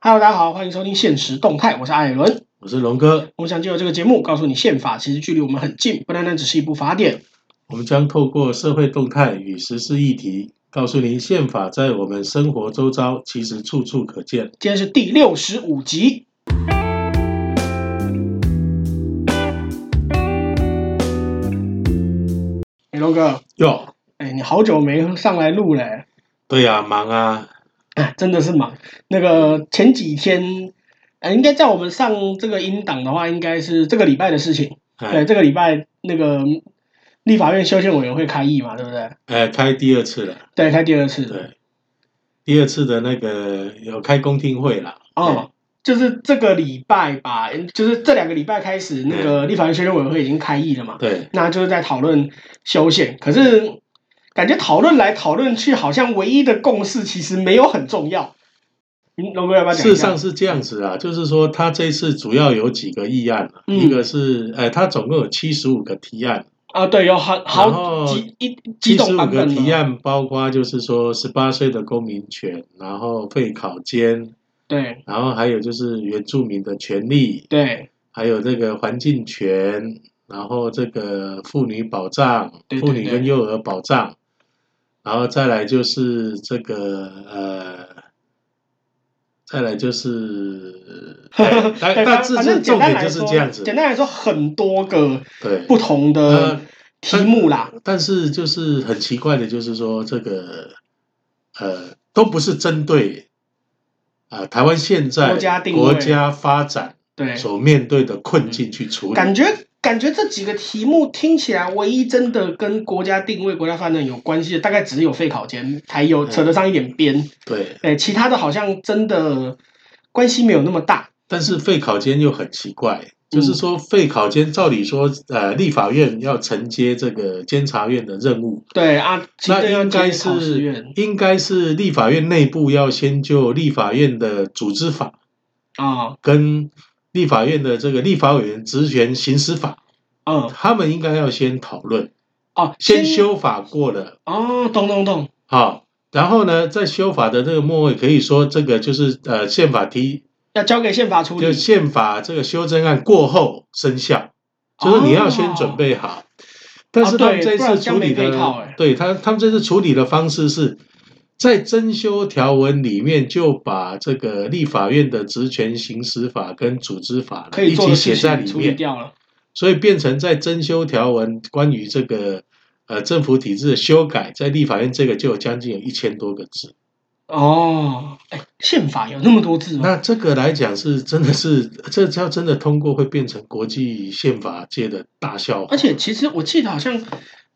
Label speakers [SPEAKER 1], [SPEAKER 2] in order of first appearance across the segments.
[SPEAKER 1] Hello，大家好，欢迎收听《现实动态》，我是艾伦。
[SPEAKER 2] 我是龙哥，
[SPEAKER 1] 我们想借由这个节目，告诉你宪法其实距离我们很近，不单单只是一部法典。
[SPEAKER 2] 我们将透过社会动态与时事议题，告诉您宪法在我们生活周遭其实处处可见。
[SPEAKER 1] 今天是第六十五集。哎，龙哥，
[SPEAKER 2] 哟，
[SPEAKER 1] 哎，你好久没上来录嘞，
[SPEAKER 2] 对呀、忙啊，
[SPEAKER 1] 哎，真的是忙。那个前几天，哎，应该在我们上这个音档的话，应该是这个礼拜的事情。对，
[SPEAKER 2] 哎
[SPEAKER 1] 这个礼拜那个立法院修宪委员会开议嘛，对不对？
[SPEAKER 2] 哎，开第二次了，
[SPEAKER 1] 对，开第二次。
[SPEAKER 2] 对，第二次的那个有开公听会了，
[SPEAKER 1] 哦，就是这个礼拜吧，就是这两个礼拜开始，那个立法院修宪委员会已经开议了嘛，
[SPEAKER 2] 对，
[SPEAKER 1] 那就是在讨论修宪。可是感觉讨论来讨论去，好像唯一的共识其实没有很重要。嗯，龙哥要不要
[SPEAKER 2] 事
[SPEAKER 1] 讲一
[SPEAKER 2] 实
[SPEAKER 1] 下
[SPEAKER 2] 上？是这样子啊，就是说他这次主要有几个议案啊、
[SPEAKER 1] 嗯
[SPEAKER 2] 一个是，哎，他总共有七十五个提案，
[SPEAKER 1] 啊，对，有好
[SPEAKER 2] 然
[SPEAKER 1] 好
[SPEAKER 2] 后
[SPEAKER 1] 几一几
[SPEAKER 2] 七十
[SPEAKER 1] 种
[SPEAKER 2] 五
[SPEAKER 1] 版
[SPEAKER 2] 个
[SPEAKER 1] 本
[SPEAKER 2] 提
[SPEAKER 1] 嘛，
[SPEAKER 2] 案，包括就是说十八岁的公民权，然后废考监。
[SPEAKER 1] 对
[SPEAKER 2] 然后还有就是原住民的权利，
[SPEAKER 1] 对
[SPEAKER 2] 还有这个环境权，然后这个妇女保障、
[SPEAKER 1] 对对
[SPEAKER 2] 妇女跟幼儿保障，然后再来就是这个呃，再 来就是，哎大
[SPEAKER 1] 对，
[SPEAKER 2] 大
[SPEAKER 1] 反
[SPEAKER 2] 致
[SPEAKER 1] 反
[SPEAKER 2] 是
[SPEAKER 1] 正简
[SPEAKER 2] 重
[SPEAKER 1] 单
[SPEAKER 2] 点
[SPEAKER 1] 来
[SPEAKER 2] 就是
[SPEAKER 1] 说，
[SPEAKER 2] 这样子，
[SPEAKER 1] 简单来说，很多个
[SPEAKER 2] 对。
[SPEAKER 1] 不同的
[SPEAKER 2] 呃
[SPEAKER 1] 题目啦，
[SPEAKER 2] 但是就是很奇怪的，就是说这个呃，都不是针对啊、台湾现在
[SPEAKER 1] 国家定位
[SPEAKER 2] 国家发展
[SPEAKER 1] 对，
[SPEAKER 2] 所面对的困境去处理。
[SPEAKER 1] 嗯感觉感觉这几个题目听起来，唯一真的跟国家定位、国家发展有关系的，大概只有废考监才有扯得上一点
[SPEAKER 2] 嗯
[SPEAKER 1] 边。
[SPEAKER 2] 对，
[SPEAKER 1] 对，其他的好像真的关系没有那么大。
[SPEAKER 2] 但是废考监又很奇怪，就是
[SPEAKER 1] 嗯
[SPEAKER 2] 说废考监照理说，呃，立法院要承接这个监察院的任务，
[SPEAKER 1] 对啊，行
[SPEAKER 2] 那
[SPEAKER 1] 政要
[SPEAKER 2] 应该
[SPEAKER 1] 监考试
[SPEAKER 2] 是
[SPEAKER 1] 院
[SPEAKER 2] 应该是立法院内部要先就立法院的组织法
[SPEAKER 1] 啊，
[SPEAKER 2] 跟立法院的这个立法委员职权行使法，
[SPEAKER 1] 嗯
[SPEAKER 2] 他们应该要先讨论，
[SPEAKER 1] 哦，
[SPEAKER 2] 先修法过了，
[SPEAKER 1] 哦，懂懂懂，
[SPEAKER 2] 好，然后呢，在修法的这个末位，可以说这个就是呃宪法提
[SPEAKER 1] 要交给宪法处理
[SPEAKER 2] 就。宪法这个修正案过后生效，就是你要先准备好。但是他们这
[SPEAKER 1] 哦对不然
[SPEAKER 2] 次处理
[SPEAKER 1] 这样没配
[SPEAKER 2] 的，
[SPEAKER 1] 套欸
[SPEAKER 2] 对他他们这次处理的方式是，在征修条文里面就把这个立法院的职权行使法跟组织法
[SPEAKER 1] 可以
[SPEAKER 2] 一
[SPEAKER 1] 做
[SPEAKER 2] 起
[SPEAKER 1] 的事
[SPEAKER 2] 写在
[SPEAKER 1] 情
[SPEAKER 2] 里
[SPEAKER 1] 处理
[SPEAKER 2] 面，
[SPEAKER 1] 掉了，
[SPEAKER 2] 所以变成在征修条文关于这个呃政府体制的修改，在立法院这个就有将近有一千多个字。
[SPEAKER 1] 哦，哎，宪法有那么多字吗？
[SPEAKER 2] 那这个来讲是真的是， 这要真的通过会变成国际宪法界的大笑话
[SPEAKER 1] 而。且其实我记得好像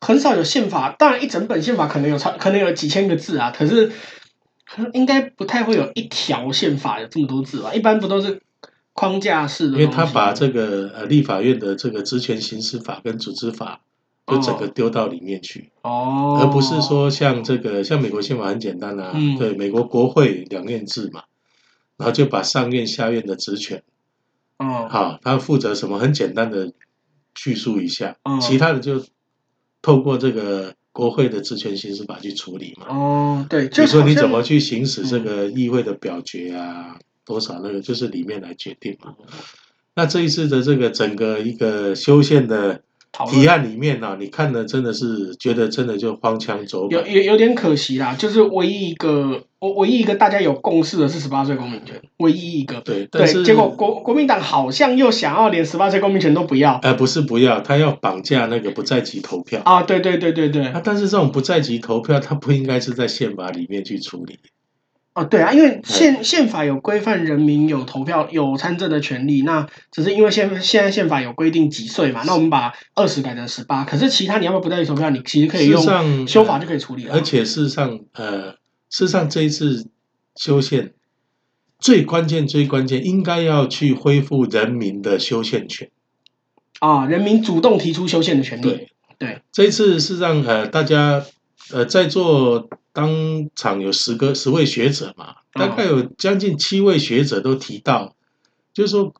[SPEAKER 1] 很少有宪法，当然一整本宪法可能有超，可能有几千个字啊，可是可能应该不太会有一条宪法有这么多字吧？一般不都是框架式的
[SPEAKER 2] 因
[SPEAKER 1] 东西？
[SPEAKER 2] 为他把这个呃立法院的这个职权行使法跟组织法，就整个丢到里面去，
[SPEAKER 1] 哦，
[SPEAKER 2] 而不是说像这个像美国宪法很简单啊，
[SPEAKER 1] 嗯
[SPEAKER 2] 对，美国国会两院制嘛，然后就把上院下院的职权，
[SPEAKER 1] 哦，
[SPEAKER 2] 好，他负责什么很简单的叙述一下，
[SPEAKER 1] 嗯
[SPEAKER 2] 其他的就透过这个国会的职权行使法去处理嘛。
[SPEAKER 1] 哦，对，
[SPEAKER 2] 比
[SPEAKER 1] 就
[SPEAKER 2] 如
[SPEAKER 1] 是
[SPEAKER 2] 说
[SPEAKER 1] 好
[SPEAKER 2] 你
[SPEAKER 1] 像嗯
[SPEAKER 2] 怎么去行使这个议会的表决啊，多少那个就是里面来决定嘛。那这一次的这个整个一个修宪的
[SPEAKER 1] 讨论
[SPEAKER 2] 提案里面呢、啊，你看的真的是觉得真的就荒腔走
[SPEAKER 1] 有
[SPEAKER 2] 板，
[SPEAKER 1] 有有点可惜啦，就是唯一一个我唯一一个大家有共识的是十八岁公民权，唯一一个。
[SPEAKER 2] 对，但
[SPEAKER 1] 对，
[SPEAKER 2] 是
[SPEAKER 1] 结果国国民党好像又想要连十八岁公民权都不要
[SPEAKER 2] 呃不是不要，他要绑架那个不在籍投票。
[SPEAKER 1] 啊！对对对对对，
[SPEAKER 2] 啊，但是这种不在籍投票，它不应该是在宪法里面去处理。
[SPEAKER 1] 哦，对啊，因为宪宪法有规范人民有投票、有参政的权利，那只是因为现现在宪法有规定几岁嘛，那我们把二十改成十八，可是其他你要不要不代理投票，你其实可以
[SPEAKER 2] 事实
[SPEAKER 1] 用
[SPEAKER 2] 上，
[SPEAKER 1] 修法就可以处理了嘛。
[SPEAKER 2] 而且事实上，呃，事实上这一次修宪最关键、最关键应该要去恢复人民的修宪权。
[SPEAKER 1] 啊，人民主动提出修宪的权利。
[SPEAKER 2] 对，
[SPEAKER 1] 对，
[SPEAKER 2] 这一次是让呃大家呃在座当场有十个十位学者嘛，
[SPEAKER 1] 嗯
[SPEAKER 2] 大概有将近七位学者都提到，就是说，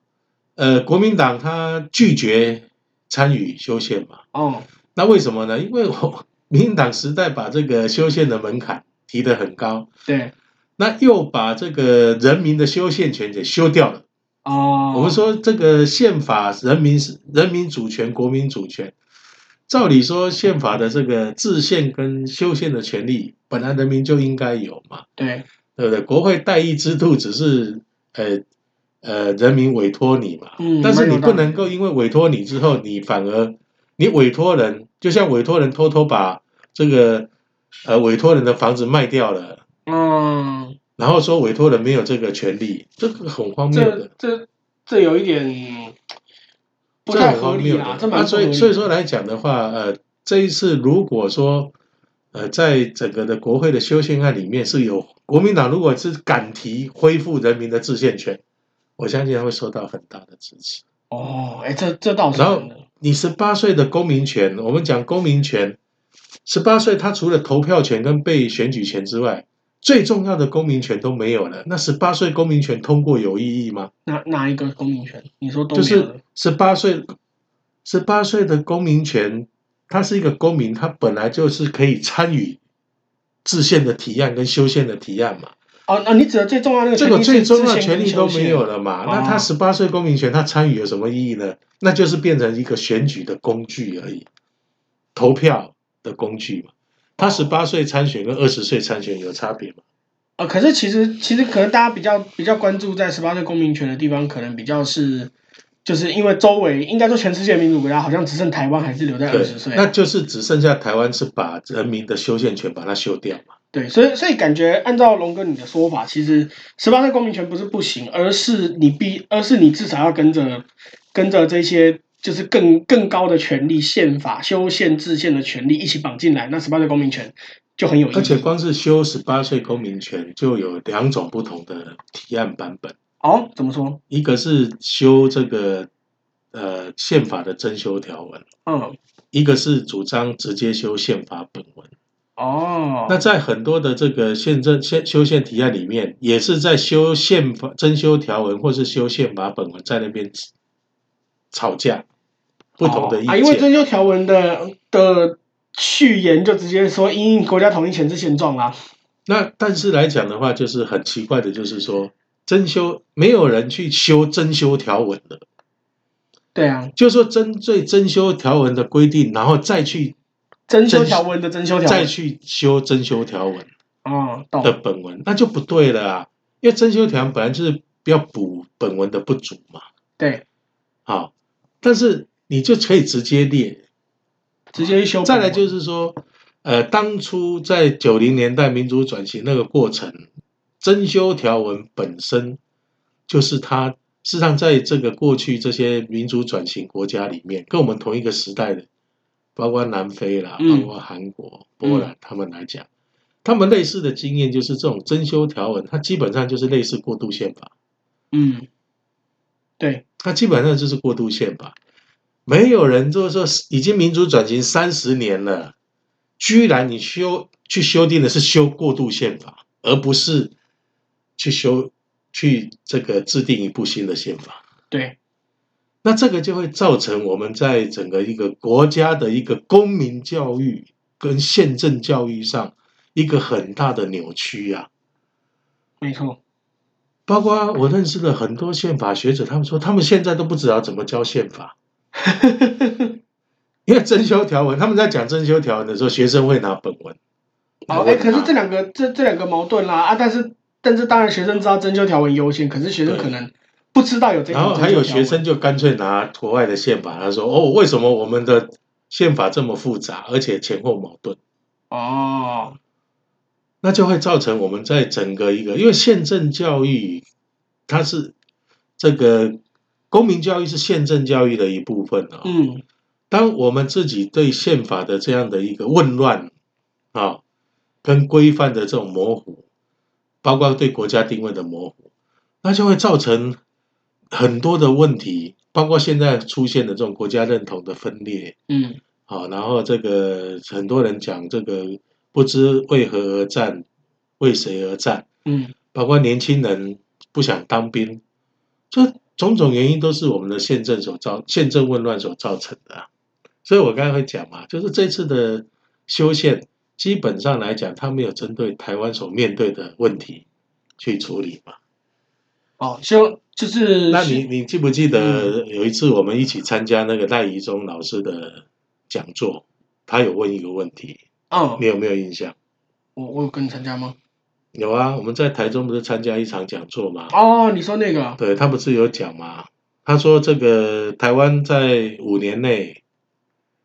[SPEAKER 2] 呃，国民党他拒绝参与修宪嘛，
[SPEAKER 1] 哦，
[SPEAKER 2] 那为什么呢？ 因为我民进党时代把这个修宪的门槛提得很高。
[SPEAKER 1] 对，
[SPEAKER 2] 那又把这个人民的修宪权给修掉了。
[SPEAKER 1] 哦，
[SPEAKER 2] 我们说这个宪法、人民是人民主权、国民主权，照理说宪法的这个制宪跟修宪的权利，本来人民就应该有嘛，
[SPEAKER 1] 对
[SPEAKER 2] 对不对？国会代议制度只是呃呃人民委托你嘛，
[SPEAKER 1] 嗯
[SPEAKER 2] 但是
[SPEAKER 1] 蛮
[SPEAKER 2] 你
[SPEAKER 1] 有道
[SPEAKER 2] 不
[SPEAKER 1] 理
[SPEAKER 2] 能够因为委托你之后，你反而你委托人，就像委托人偷偷把这个呃委托人的房子卖掉了。
[SPEAKER 1] 嗯，
[SPEAKER 2] 然后说委托人没有这个权利，这个很荒谬的
[SPEAKER 1] 这。这这有一点不太合理
[SPEAKER 2] 这很
[SPEAKER 1] 啊，
[SPEAKER 2] 荒谬的
[SPEAKER 1] 这蛮
[SPEAKER 2] 那
[SPEAKER 1] 不
[SPEAKER 2] 所
[SPEAKER 1] 合理
[SPEAKER 2] 以
[SPEAKER 1] 的
[SPEAKER 2] 所以说来讲的话，呃，这一次如果说呃，在整个的国会的修宪案里面是有国民党如果是敢提恢复人民的制宪权，我相信他会受到很大的支持。
[SPEAKER 1] 哦，哎，这这倒是
[SPEAKER 2] 然后
[SPEAKER 1] 真的
[SPEAKER 2] 你十八岁的公民权，我们讲公民权，十八岁他除了投票权跟被选举权之外，最重要的公民权都没有了。那十八岁公民权通过有意义吗？
[SPEAKER 1] 哪哪一个公民权？你说都
[SPEAKER 2] 就
[SPEAKER 1] 没有
[SPEAKER 2] 是
[SPEAKER 1] 了
[SPEAKER 2] 十八岁，十八岁的公民权，他是一个公民，他本来就是可以参与制宪的提案跟修宪的提案嘛。
[SPEAKER 1] 哦，那你指的最重要那个
[SPEAKER 2] 这
[SPEAKER 1] 权
[SPEAKER 2] 个
[SPEAKER 1] 利是
[SPEAKER 2] 最重要
[SPEAKER 1] 自
[SPEAKER 2] 的
[SPEAKER 1] 宪
[SPEAKER 2] 权
[SPEAKER 1] 跟
[SPEAKER 2] 利都
[SPEAKER 1] 修宪
[SPEAKER 2] 没有了嘛？
[SPEAKER 1] 哦
[SPEAKER 2] 那他十八岁公民权，他参与有什么意义呢？那就是变成一个选举的工具而已，投票的工具嘛。他十八岁参选跟二十岁参选有差别吗？
[SPEAKER 1] 呃，可是其实其实可能大家比较比较关注在十八岁公民权的地方，可能比较是，就是因为周围应该说全世界民主国家好像只剩台湾还是留在二
[SPEAKER 2] 对
[SPEAKER 1] 十岁，，
[SPEAKER 2] 那就是只剩下台湾是把人民的修宪权把它修掉嘛。
[SPEAKER 1] 对，所以所以感觉按照龙哥你的说法，其实十八岁公民权不是不行，而是你必而是你至少要跟着跟着这些就是更更高的权利，宪法修宪制宪的权利一起绑进来，那十八岁公民权就很有意义。
[SPEAKER 2] 而且光是修十八岁公民权就有两种不同的提案版本，
[SPEAKER 1] 哦，怎么说？
[SPEAKER 2] 一个是修这个呃宪法的征修条文，
[SPEAKER 1] 嗯，
[SPEAKER 2] 一个是主张直接修宪法本文。
[SPEAKER 1] 哦，
[SPEAKER 2] 那在很多的这个宪政宪修宪提案里面，也是在修宪法征修条文或是修宪法本文在那边吵架，不同的意
[SPEAKER 1] 哦啊，因为
[SPEAKER 2] 见。
[SPEAKER 1] 征修条文的的序言就直接说因应国家统一前置现状啊啦。
[SPEAKER 2] 那但是来讲的话，就是很奇怪的，就是说征修没有人去修征修条文的。
[SPEAKER 1] 对啊，
[SPEAKER 2] 就是说针对征修条文的规定，然后再去
[SPEAKER 1] 征修条文的征修条
[SPEAKER 2] 再
[SPEAKER 1] 文，
[SPEAKER 2] 去修征修条文
[SPEAKER 1] 哦，
[SPEAKER 2] 的
[SPEAKER 1] 懂，
[SPEAKER 2] 本文，那就不对了啊！因为征修条文本来就是要补本文的不足嘛，
[SPEAKER 1] 对，
[SPEAKER 2] 好，但是你就可以直接列。
[SPEAKER 1] 直接去修本文。
[SPEAKER 2] 再来就是说，呃，当初在九零年代民主转型那个过程，征修条文本身就是它。事实上，在这个过去这些民主转型国家里面，跟我们同一个时代的，包括南非啦，
[SPEAKER 1] 嗯
[SPEAKER 2] 包括韩国、波兰，他们来讲，他们类似的经验就是这种征修条文，它基本上就是类似过渡宪法，
[SPEAKER 1] 嗯，对，
[SPEAKER 2] 它基本上就是过渡宪法。没有人就是说已经民主转型三十年了，居然你修去修订的是修过渡宪法，而不是去修去这个制定一部新的宪法。
[SPEAKER 1] 对，
[SPEAKER 2] 那这个就会造成我们在整个一个国家的一个公民教育跟宪政教育上一个很大的扭曲啊。
[SPEAKER 1] 没错，
[SPEAKER 2] 包括我认识的很多宪法学者，他们说他们现在都不知道怎么教宪 法，因为征修条文，他们在讲征修条文的时候，学生会拿本文。
[SPEAKER 1] 哦，哎、
[SPEAKER 2] 哎，
[SPEAKER 1] 可是这两个这这两个矛盾啦啊，但是但是当然学生知道征修条文优先，可是学生
[SPEAKER 2] 对
[SPEAKER 1] 可能不知道有这条
[SPEAKER 2] 然后
[SPEAKER 1] 征修条文。
[SPEAKER 2] 还有学生就干脆拿国外的宪法，他说：“哦，为什么我们的宪法这么复杂，而且前后矛盾？”
[SPEAKER 1] 哦，
[SPEAKER 2] 那就会造成我们在整个一个，因为宪政教育它是这个公民教育是宪政教育的一部分啊、
[SPEAKER 1] 嗯，
[SPEAKER 2] 当我们自己对宪法的这样的一个混乱啊，跟规范的这种模糊，包括对国家定位的模糊，那就会造成很多的问题，包括现在出现的这种国家认同的分裂，
[SPEAKER 1] 嗯，
[SPEAKER 2] 好，然后这个很多人讲这个不知为何而战，为谁而战，
[SPEAKER 1] 嗯，
[SPEAKER 2] 包括年轻人不想当兵，这种种原因都是我们的宪政所造宪政混乱所造成的、啊。所以我刚才会讲嘛，就是这次的修宪，基本上来讲，它没有针对台湾所面对的问题，去处理嘛。
[SPEAKER 1] 哦，就就是
[SPEAKER 2] 那你你记不记得有一次我们一起参加那个赖宜中老师的讲座，他有问一个问题，
[SPEAKER 1] 嗯，
[SPEAKER 2] 你有没有印象？
[SPEAKER 1] 我我有跟你参加吗？
[SPEAKER 2] 有啊，我们在台中不是参加一场讲座嘛？
[SPEAKER 1] 哦，你说那个
[SPEAKER 2] 对他不是有讲嘛？他说这个台湾在五年内，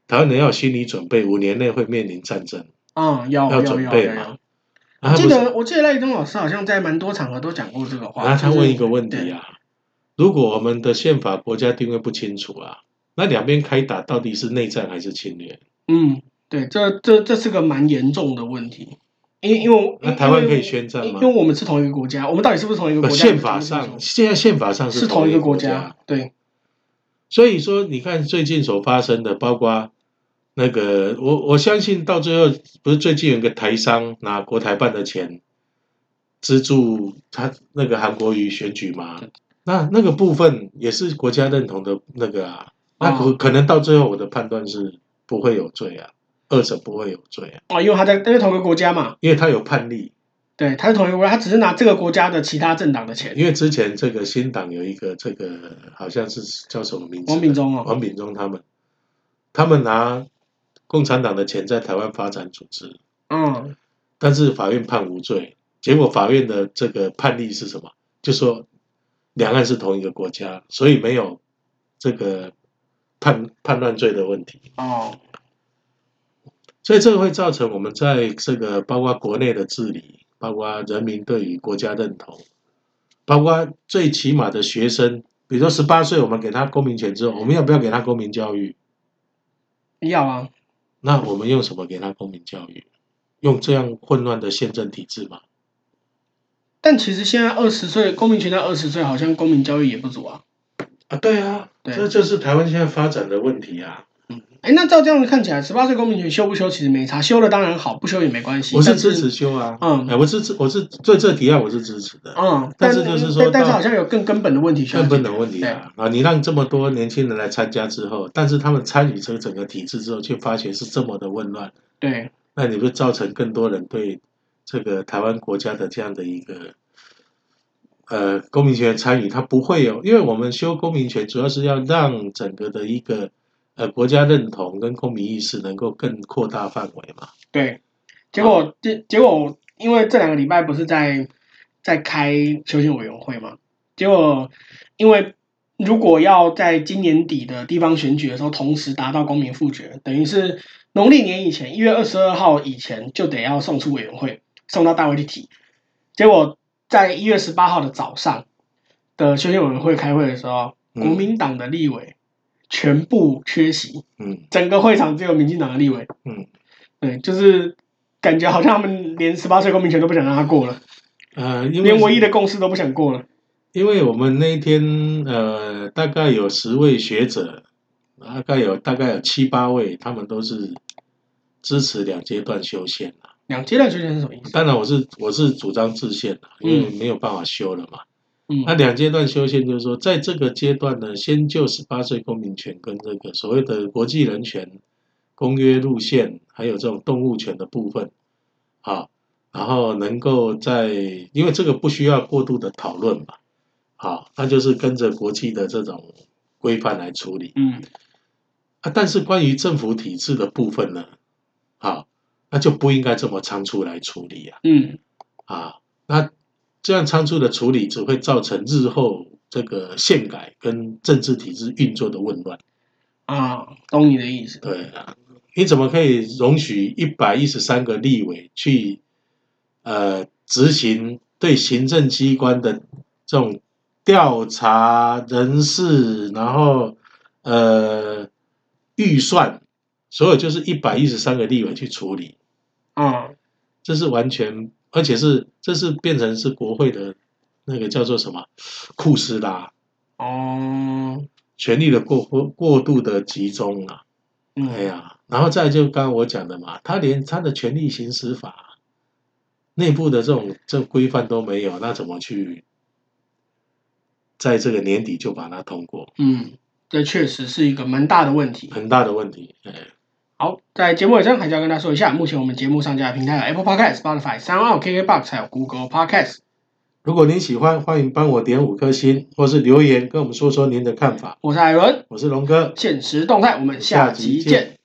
[SPEAKER 2] 台湾人要有心理准备，五年内会面临战争，
[SPEAKER 1] 嗯，要要
[SPEAKER 2] 要准
[SPEAKER 1] 要
[SPEAKER 2] 备
[SPEAKER 1] 要
[SPEAKER 2] 嘛
[SPEAKER 1] 要。
[SPEAKER 2] 啊他
[SPEAKER 1] 记
[SPEAKER 2] 不是
[SPEAKER 1] 得我记得赖宇中老师好像在蛮多场合都讲过这个话。
[SPEAKER 2] 然后他
[SPEAKER 1] 就是
[SPEAKER 2] 问一个问题
[SPEAKER 1] 对
[SPEAKER 2] 啊，如果我们的宪法国家定位不清楚啊，那两边开打到底是内战还是侵略？
[SPEAKER 1] 嗯，对，这这这是个蛮严重的问题，因因为
[SPEAKER 2] 那台湾可以
[SPEAKER 1] 选
[SPEAKER 2] 宣战
[SPEAKER 1] 因
[SPEAKER 2] 吗
[SPEAKER 1] 为？我们是同一个国家，我们到底是不是同一个
[SPEAKER 2] 不
[SPEAKER 1] 国家？
[SPEAKER 2] 呃宪法
[SPEAKER 1] 我们
[SPEAKER 2] 上
[SPEAKER 1] 不清楚
[SPEAKER 2] 现在宪法上
[SPEAKER 1] 是
[SPEAKER 2] 同
[SPEAKER 1] 同一
[SPEAKER 2] 个
[SPEAKER 1] 个国
[SPEAKER 2] 家，，
[SPEAKER 1] 对，
[SPEAKER 2] 所以说你看最近所发生的，包括那个我我相信到最后不是最近有一个台商拿国台办的钱资助他那个韩国瑜选举嘛
[SPEAKER 1] 对，
[SPEAKER 2] 那那个部分也是国家认同的那个啊，那可、
[SPEAKER 1] 哦
[SPEAKER 2] 可能到最后我的判断是不会有罪啊，二者不会有罪啊，
[SPEAKER 1] 哦，因为他在因为同一个国家嘛，
[SPEAKER 2] 因为他有判例，
[SPEAKER 1] 对，他是同一个国家，他只是拿这个国家的其他政党的钱。
[SPEAKER 2] 因为之前这个新党有一个这个好像是叫什么名字的？
[SPEAKER 1] 王炳忠哦
[SPEAKER 2] 王炳忠他们，他们拿共产党的钱在台湾发展组织，
[SPEAKER 1] 嗯，
[SPEAKER 2] 但是法院判无罪，结果法院的这个判例是什么？就说两岸是同一个国家，所以没有这个判判断罪的问题。
[SPEAKER 1] 哦，
[SPEAKER 2] 所以这个会造成我们在这个包括国内的治理，包括人民对于国家认同，包括最起码的学生，比如说十八岁，我们给他公民权之后，我们要不要给他公民教育？
[SPEAKER 1] 要啊，
[SPEAKER 2] 那我们用什么给他公民教育？用这样混乱的宪政体制嘛？
[SPEAKER 1] 但其实现在二十岁公民权在二十岁，好像公民教育也不足啊。
[SPEAKER 2] 啊，对啊，
[SPEAKER 1] 对
[SPEAKER 2] 这就是台湾现在发展的问题啊！
[SPEAKER 1] 哎，那照这样子看起来，十八岁公民权修不修其实没差，修了当然好，不修也没关系。
[SPEAKER 2] 我是
[SPEAKER 1] 但
[SPEAKER 2] 支持修啊，
[SPEAKER 1] 嗯
[SPEAKER 2] 哎，我是支，我是对这提案我是支持的，
[SPEAKER 1] 嗯，
[SPEAKER 2] 但是就是说
[SPEAKER 1] 但但是
[SPEAKER 2] 到
[SPEAKER 1] 好像有更根本的问题需要
[SPEAKER 2] 根本
[SPEAKER 1] 解
[SPEAKER 2] 的
[SPEAKER 1] 决
[SPEAKER 2] 问题啊！啊，你让这么多年轻人来参加之后，但是他们参与这个整个体制之后，却发觉是这么的混乱，
[SPEAKER 1] 对对，
[SPEAKER 2] 那你不是造成更多人对这个台湾国家的这样的一个呃公民权的参与？他不会有，因为我们修公民权主要是要让整个的一个呃国家认同跟公民意识能够更扩大范围嘛。
[SPEAKER 1] 对，结果结结果，因为这两个礼拜不是在在开修宪委员会嘛，结果因为如果要在今年底的地方选举的时候，同时达到公民复决，等于是农历年以前一月二十二号以前就得要送出委员会，送到大会去提。结果在一月十八号的早上的修宪委员会开会的时候，
[SPEAKER 2] 嗯
[SPEAKER 1] 国民党的立委全部缺席。
[SPEAKER 2] 嗯
[SPEAKER 1] 整个会场只有民进党的立委。
[SPEAKER 2] 嗯，
[SPEAKER 1] 对，就是感觉好像他们连十八岁公民权都不想让他过了，
[SPEAKER 2] 呃，因为
[SPEAKER 1] 连唯一的共识都不想过了。
[SPEAKER 2] 因为我们那一天呃，大概有十位学者，大概有大概有七八位，他们都是支持两阶段修宪的。
[SPEAKER 1] 两阶段修宪是什么意思？
[SPEAKER 2] 当然，我是我是主张制宪的，因为没有办法修了嘛。
[SPEAKER 1] 嗯
[SPEAKER 2] 那两阶段修宪就是说，在这个阶段呢，先就十八岁公民权跟这个所谓的国际人权公约路线，还有这种动物权的部分，啊，然后能够在因为这个不需要过度的讨论嘛，啊，那就是跟着国际的这种规范来处理。
[SPEAKER 1] 嗯，
[SPEAKER 2] 啊，但是关于政府体制的部分呢，啊，那就不应该这么仓促来处理啊。
[SPEAKER 1] 嗯，
[SPEAKER 2] 啊，那这样仓促的处理只会造成日后这个宪改跟政治体制运作的混乱。
[SPEAKER 1] 啊，懂你的意思。
[SPEAKER 2] 对啊，你怎么可以容许一百一十三个立委去呃执行对行政机关的这种调查人事，然后呃预算，所有就是一百一十三个立委去处理？
[SPEAKER 1] 啊，
[SPEAKER 2] 这是完全，而且是这是变成是国会的那个叫做什么库斯拉
[SPEAKER 1] 哦，
[SPEAKER 2] 权力的过过过度的集中啊，
[SPEAKER 1] 嗯，
[SPEAKER 2] 哎呀，然后再就刚刚我讲的嘛，他连他的权力行使法内部的这种这规范都没有，那怎么去在这个年底就把它通过？
[SPEAKER 1] 嗯，这确实是一个蛮大的问题。
[SPEAKER 2] 很大的问题，哎，
[SPEAKER 1] 好，在节目尾声还是要跟大家说一下，目前我们节目上架的平台有 Apple Podcast、Spotify、三二 KKBox 还有 Google Podcast。
[SPEAKER 2] 如果您喜欢，欢迎帮我点五颗星，或是留言跟我们说说您的看法。
[SPEAKER 1] 我是艾伦，
[SPEAKER 2] 我是龙哥，
[SPEAKER 1] 现实动态，我们下集见。